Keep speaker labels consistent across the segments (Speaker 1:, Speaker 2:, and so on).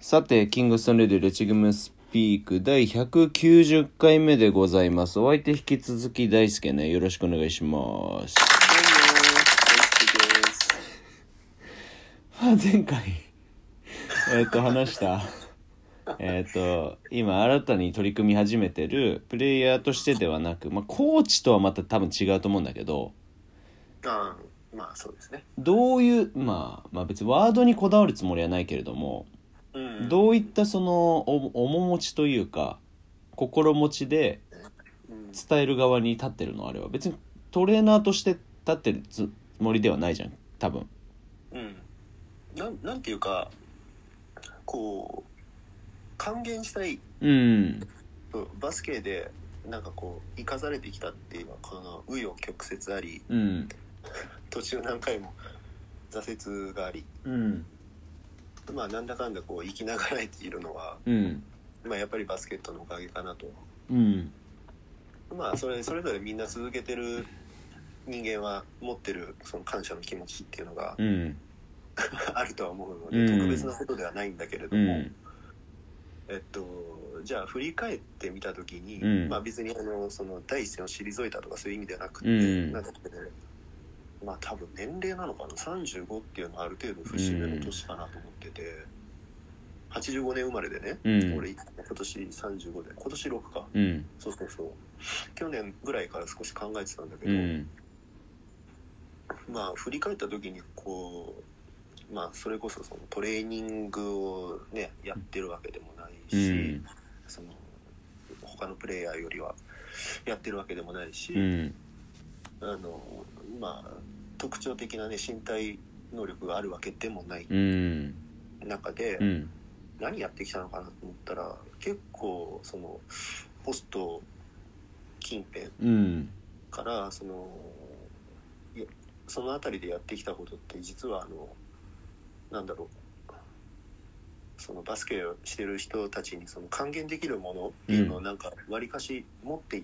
Speaker 1: さて、キングストンレディオレチグムスピーク第190回目でございます。お相手引き続き大輔ね。よろしくお願いします。
Speaker 2: どうもー、大輔です。
Speaker 1: あ前回、 えっと、話 した。えっと、今新たに取り組み始めてるプレイヤーとしてではなく、まあ、コーチとはまた多分違うと思うんだけど、
Speaker 2: あーまあそうですね。
Speaker 1: どういう、まあ、まあ別にワードにこだわるつもりはないけれども、
Speaker 2: うん
Speaker 1: どういったそのお面持ちというか心持ちで
Speaker 2: うん
Speaker 1: 伝える側に立ってるのあれは別にトレーナーとして立ってるつもりではないじゃん多分
Speaker 2: うん。なん、なんていうか、こう、還元したい、
Speaker 1: うん
Speaker 2: うんバスケで、なんかこう、生かされてきたっていうのは、この紆余曲折あり、
Speaker 1: うん
Speaker 2: 途中何回も挫折があり、
Speaker 1: うん
Speaker 2: まあなんだかんだこう、生きながらえているのは、
Speaker 1: うん
Speaker 2: まあやっぱりバスケットのおかげかなと。
Speaker 1: うん
Speaker 2: まあそれ、それぞれみんな続けてる人間は持ってる、その感謝の気持ちっていうのが、
Speaker 1: うん
Speaker 2: あるとは思うので、
Speaker 1: うん
Speaker 2: 特別なことではないんだけれど
Speaker 1: う
Speaker 2: も、
Speaker 1: ん
Speaker 2: えっと、じゃあ振り返ってみた時に、
Speaker 1: うん
Speaker 2: まあ、別にあのその第一線を退いたとかそういう意味ではなくて、
Speaker 1: うん
Speaker 2: なんかこうまあ多分年齢なのかな35っていうのはある程度節目の年かなと思ってて、85年生まれでね、
Speaker 1: うん
Speaker 2: 俺今年35で今年6か
Speaker 1: うん
Speaker 2: そうそうそう去年ぐらいから少し考えてたんだけ
Speaker 1: う
Speaker 2: ど、
Speaker 1: ん
Speaker 2: まあ振り返った時にこうまあそれこそそのトレーニングをねやってるわけでもないし、
Speaker 1: うん
Speaker 2: その他のプレイヤーよりはやってるわけでもないし、
Speaker 1: うん
Speaker 2: あのまあ特徴的なね身体能力があるわけでもない
Speaker 1: うん
Speaker 2: 中で、
Speaker 1: うん
Speaker 2: 何やってきたのかなと思ったら結構そのポスト近辺
Speaker 1: うん
Speaker 2: からそのいやその辺りでやってきたことって実はあのなんだろうそのバスケをしてる人たちにその還元できるものっていうのをなんかわりかし持って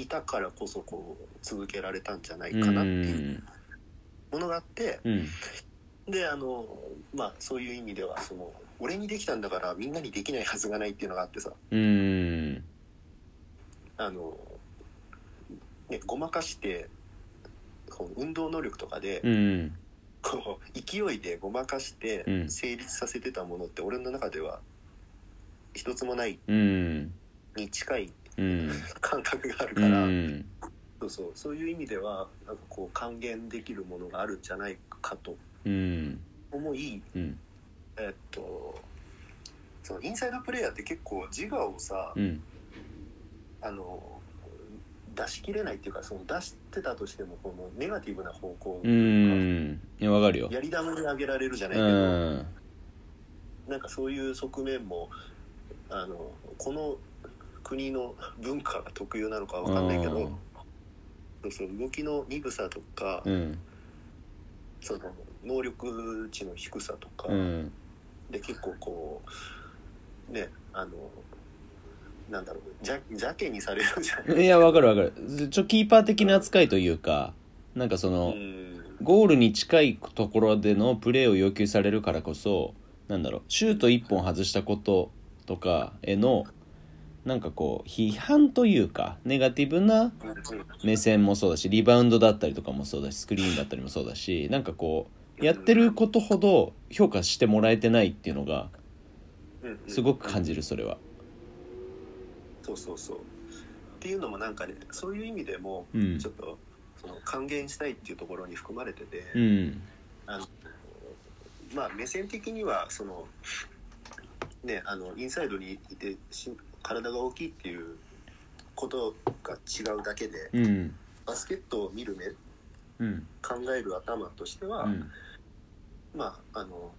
Speaker 2: いたからこそこう続けられたんじゃないかなっていうものがあって
Speaker 1: うん
Speaker 2: であのまあそういう意味ではその俺にできたんだからみんなにできないはずがないっていうのがあってさ
Speaker 1: うん
Speaker 2: あの、ね、ごまかしてこう運動能力とかで、
Speaker 1: うん
Speaker 2: こう勢いでごまかして
Speaker 1: うん
Speaker 2: 成立させてたものって俺の中では一つもない
Speaker 1: うん
Speaker 2: に近い
Speaker 1: うん
Speaker 2: 感覚がある
Speaker 1: う
Speaker 2: から、
Speaker 1: ん
Speaker 2: そうそうそういう意味ではなんかこう還元できるものがあるんじゃないかと
Speaker 1: うん
Speaker 2: 思い
Speaker 1: うん
Speaker 2: えっとそのインサイドプレイヤーって結構自我をさ、
Speaker 1: うん
Speaker 2: あの出し切れないっていうかその出してたとしてもこのネガティブな方向、
Speaker 1: うんいやわかるよ
Speaker 2: やり玉に上げられるじゃないけ
Speaker 1: う
Speaker 2: ど。
Speaker 1: ん
Speaker 2: なんかそういう側面もあのこの国の文化が特有なのかわかんないけどそうそう動きの鈍さとか、
Speaker 1: うん
Speaker 2: その能力値の低さとか、
Speaker 1: うん
Speaker 2: で結構こうねあのなんだろうじゃ邪気にされるじゃない
Speaker 1: いやわかるわかるちょキーパー的な扱いというかなんかその、
Speaker 2: うん
Speaker 1: ゴールに近いところでのプレーを要求されるからこそなんだろうシュート1本外したこととかへのなんかこう批判というかネガティブな目線もそうだしリバウンドだったりとかもそうだしスクリーンだったりもそうだしなんかこうやってることほど評価してもらえてないっていうのが
Speaker 2: うん
Speaker 1: すごく感じるそれは。
Speaker 2: そうそうそうっていうのもなんかねそういう意味でも
Speaker 1: うん
Speaker 2: ちょっと、その還元したいっていうところに含まれてて、
Speaker 1: うん
Speaker 2: まあ目線的にはそのねあのインサイドにいてし体が大きいっていうことが違うだけで
Speaker 1: うん
Speaker 2: バスケットを見る目
Speaker 1: うん
Speaker 2: 考える頭としては、
Speaker 1: うん
Speaker 2: まああの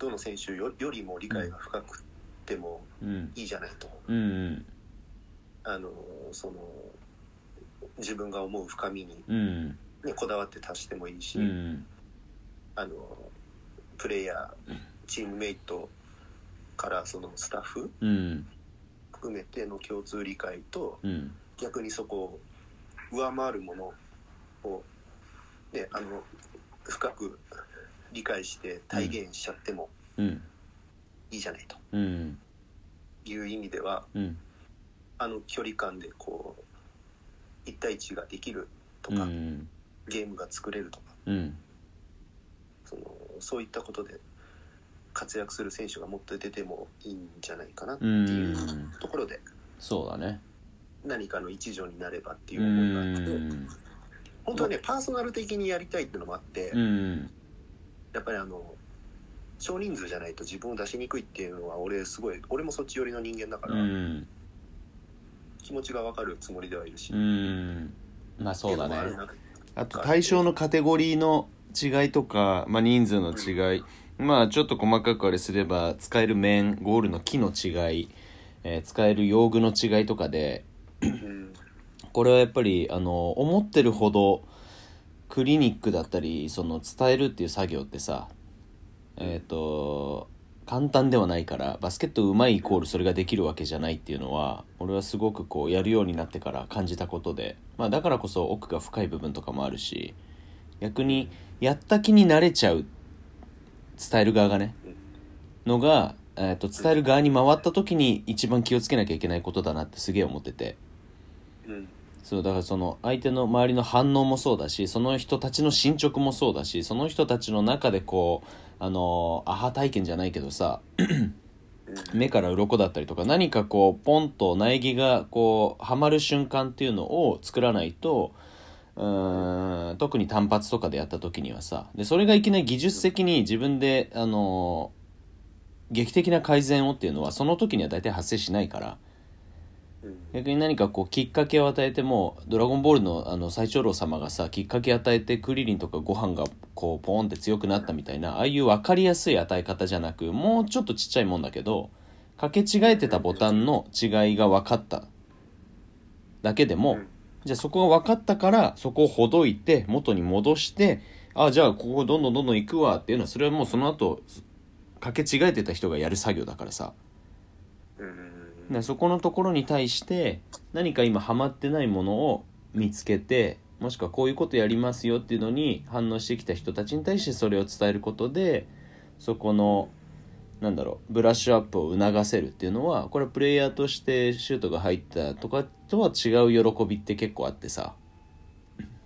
Speaker 2: どの選手よよりも理解が深くても
Speaker 1: うん
Speaker 2: いいじゃないと
Speaker 1: うん
Speaker 2: あのその自分が思う深みに、
Speaker 1: うん
Speaker 2: ね、こだわって達してもいいし、
Speaker 1: うん
Speaker 2: あのプレイヤーチームメイトからそのスタッフ
Speaker 1: うん
Speaker 2: 含めての共通理解と
Speaker 1: うん
Speaker 2: 逆にそこを上回るものを、ね、あの深く理解して体現しちゃっても
Speaker 1: うん
Speaker 2: いいじゃないと
Speaker 1: うん
Speaker 2: いう意味では
Speaker 1: うん
Speaker 2: あの距離感でこう1対1ができると
Speaker 1: うんう
Speaker 2: か、
Speaker 1: ん
Speaker 2: ゲームが作れるとか
Speaker 1: うん
Speaker 2: そのそういったことで活躍する選手がもっと出てもいいんじゃないかなって
Speaker 1: う
Speaker 2: いう
Speaker 1: ん
Speaker 2: ところで
Speaker 1: そうだね
Speaker 2: 何かの一助になればっていうう思いがあって。
Speaker 1: ん
Speaker 2: 本当はねパーソナル的にやりたいっていうのもあって、
Speaker 1: うん
Speaker 2: やっぱりあの少人数じゃないと自分を出しにくいっていうのは俺すごい俺もそっち寄りの人間だから、
Speaker 1: うん
Speaker 2: 気持ちが分かるつもりではいるし、
Speaker 1: うんまあそうだ
Speaker 2: って
Speaker 1: ね
Speaker 2: いのもあるな
Speaker 1: あと対象のカテゴリーの違いとか、まあ、人数の違い、まあちょっと細かくあれすれば使える面ゴールの木の違い、えー使える用具の違いとかで
Speaker 2: うん
Speaker 1: これはやっぱりあの思ってるほどクリニックだったりその伝えるっていう作業ってさえっ、と簡単ではないからバスケットうまいイコールそれができるわけじゃないっていうのは俺はすごくこうやるようになってから感じたことで、まあ、だからこそ奥が深い部分とかもあるし逆にやった気になれちゃう伝える側がねのが、えー、と伝える側に回った時に一番気をつけなきゃいけないことだなってすげえ思ってて。
Speaker 2: うん
Speaker 1: そうだからその相手の周りの反応もそうだしその人たちの進捗もそうだしその人たちの中でこうあのアハ体験じゃないけどさ
Speaker 2: うん
Speaker 1: 目から鱗だったりとか何かこうポンと苗木がこうはまる瞬間っていうのを作らないとうーん特に単発とかでやった時にはさでそれがいきなり技術的に自分であの劇的な改善をっていうのはその時には大体発生しないから。
Speaker 2: うん
Speaker 1: 逆に何かこうきっかけを与えても「ドラゴンボールの」あの最長老様がさきっかけ与えてクリリンとかご飯がこうポーンって強くなったみたいなああいう分かりやすい与え方じゃなくもうちょっとちっちゃいもんだけどかけ違えてたボタンの違いが分かっただけでも、
Speaker 2: うん
Speaker 1: じゃあそこが分かったからそこをほどいて元に戻してあじゃあここどんどんどんどん行くわっていうのはそれはもうその後かけ違えてた人がやる作業だからさ。
Speaker 2: うん
Speaker 1: だからそこのところに対して何か今ハマってないものを見つけてもしくはこういうことやりますよっていうのに反応してきた人たちに対してそれを伝えることでそこのなんだろうブラッシュアップを促せるっていうのはこれはプレイヤーとしてシュートが入ったとかとは違う喜びって結構あってさ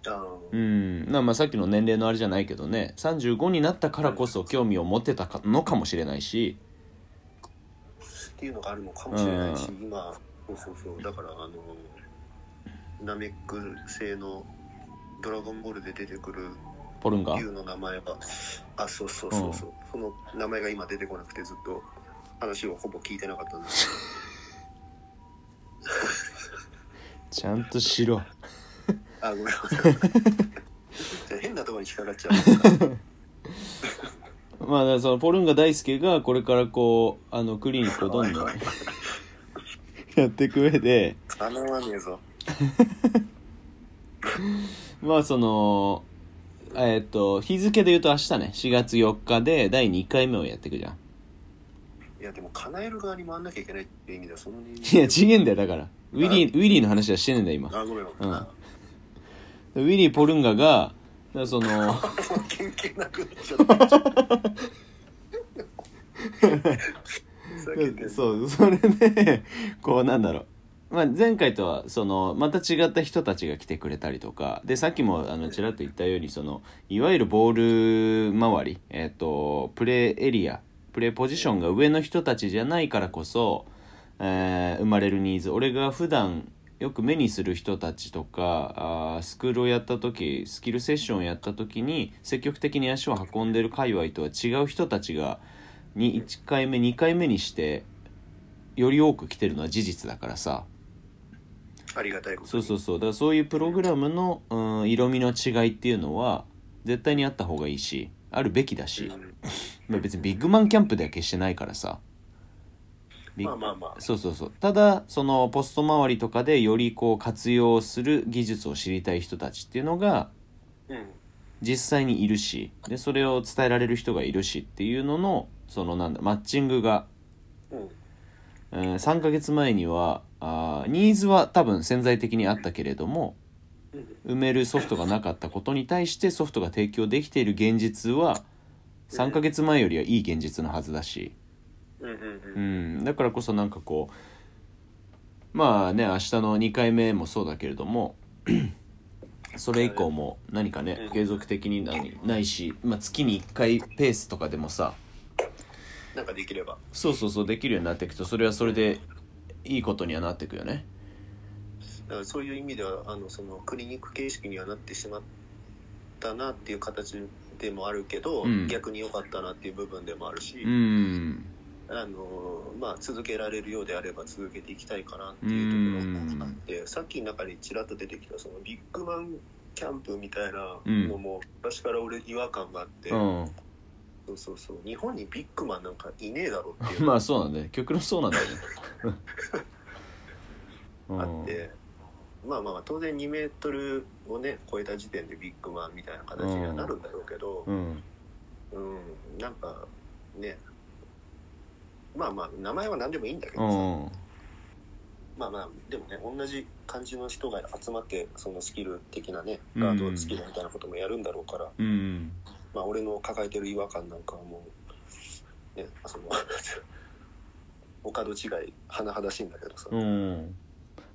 Speaker 2: あの
Speaker 1: うんなまあさっきの年齢のあれじゃないけどね35になったからこそ興味を持てたかのかもしれないし
Speaker 2: っていうのがあるのかもしれないし、
Speaker 1: う
Speaker 2: 今そうそうそうだからあのナメック製の「ドラゴンボール」で出てくる
Speaker 1: ポルンガ
Speaker 2: 竜の名前があそうそうそうそう、その名前が今出てこなくてずっと話をほぼ聞いてなかったんですけど
Speaker 1: ちゃんとしろ
Speaker 2: あごめん なさい変なところに引っかかっちゃうから
Speaker 1: まあだからそのポルンガ大輔がこれからこうあのクリニックをどんどんやっていく上で
Speaker 2: かなわねえぞ
Speaker 1: まあそのえっ、と日付で言うと明日ね4月4日で第2回目をやっていくじゃん
Speaker 2: いやでも叶える側に回んなきゃいけないっていう意味ではその
Speaker 1: いや違えんだよだからウィリーウィリーの話はしてねえんだよ今
Speaker 2: あごめんごめ、
Speaker 1: うん ん
Speaker 2: あ
Speaker 1: ウィリー・ポルンガがだからその
Speaker 2: もう関係なくなっちゃった。ふざけてんの
Speaker 1: そうそれでこうなんだろう、まあ、前回とはそのまた違った人たちが来てくれたりとかでさっきもあのちらっと言ったようにそのいわゆるボール周り、えっとプレーエリアプレーポジションが上の人たちじゃないからこそ、えー生まれるニーズ俺が普段よく目にする人たちとかあースクールをやった時スキルセッションをやった時に積極的に足を運んでる界隈とは違う人たちがに1回目2回目にしてより多く来てるのは事実だからさ
Speaker 2: ありがたいこと
Speaker 1: そう
Speaker 2: に。
Speaker 1: そうそうだからそういうプログラムの、うん、色味の違いっていうのは絶対にあった方がいいしあるべきだし、 まあ、別にビッグマンキャンプでは決してないからさ
Speaker 2: う
Speaker 1: ビ
Speaker 2: ん
Speaker 1: ッ
Speaker 2: まあまあまあ。
Speaker 1: そうそうそうただそのポスト周りとかでよりこう活用する技術を知りたい人たちっていうのが
Speaker 2: うん。
Speaker 1: 実際にいるしでそれを伝えられる人がいるしっていうののそのなんだマッチングが
Speaker 2: うん。
Speaker 1: えー3ヶ月前にはあーニーズは多分潜在的にあったけれども
Speaker 2: うん。
Speaker 1: 埋めるソフトがなかったことに対してソフトが提供できている現実は3ヶ月前よりはいい現実のはずだし
Speaker 2: うんうん
Speaker 1: う
Speaker 2: うん
Speaker 1: ん、だからこそなんかこうまあね明日の2回目もそうだけれども それ以降も何かね継続的になないし、まあ、月に1回ペースとかでもさ
Speaker 2: なんかできれば
Speaker 1: そうそうそうできるようになっていくとそれはそれでいいことにはなっていくよね。
Speaker 2: だからそういう意味ではあのそのクリニック形式にはなってしまったなっていう形でもあるけど、
Speaker 1: うん
Speaker 2: 逆に良かったなっていう部分でもあるし、
Speaker 1: うん
Speaker 2: あのまあ、続けられるようであれば続けていきたいかなっていうところもあって、さっきの中にちらっと出てきたそのビッグマンキャンプみたいなのも昔から俺違和感があって、
Speaker 1: うん、
Speaker 2: そうそうそう日本にビッグマンなんかいねえだろっていうの
Speaker 1: まあそうなんだよ極論そうなんだよね。
Speaker 2: が あって、まあまあまあ当然2メートルをね超えた時点でビッグマンみたいな形にはなるんだろうけど
Speaker 1: う、ん、
Speaker 2: うんなんかねまあまあ名前は何でもいいんだけ
Speaker 1: う
Speaker 2: どさ、
Speaker 1: ん、うん
Speaker 2: まあまあでもね同じ感じの人が集まってそのスキル的なね
Speaker 1: うん
Speaker 2: ガードスキルみたいなこともやるんだろうから、
Speaker 1: うん
Speaker 2: まあ俺の抱えてる違和感なんかはもうねその お門違い甚だしいんだけどさ、
Speaker 1: うん、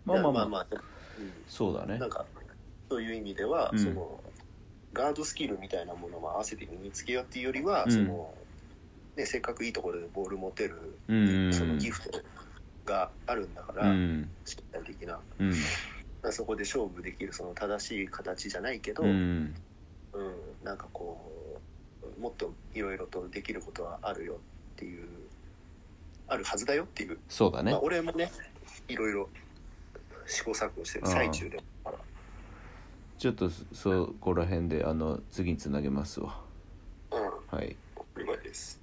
Speaker 1: まあまあまあ、
Speaker 2: まあ、
Speaker 1: そうだ
Speaker 2: う
Speaker 1: ね
Speaker 2: ん、なんかそういう意味では、
Speaker 1: うん
Speaker 2: そのガードスキルみたいなものも合わせて身につけようっていうよりは、
Speaker 1: うん
Speaker 2: そのね、せっかくいいところでボール持てる、
Speaker 1: うん
Speaker 2: そのギフトがあるんだから、
Speaker 1: うん
Speaker 2: 身体的な。
Speaker 1: うん
Speaker 2: そこで勝負できるその正しい形じゃないけど、
Speaker 1: う
Speaker 2: うん
Speaker 1: ん
Speaker 2: なんかこうもっといろいろとできることはあるよっていうあるはずだよっていう、
Speaker 1: そうだね
Speaker 2: まあ、俺もねいろいろ試行錯誤してる最中でもから
Speaker 1: ちょっとそそこら辺であの次につなげますわ
Speaker 2: うん
Speaker 1: はい
Speaker 2: 了解です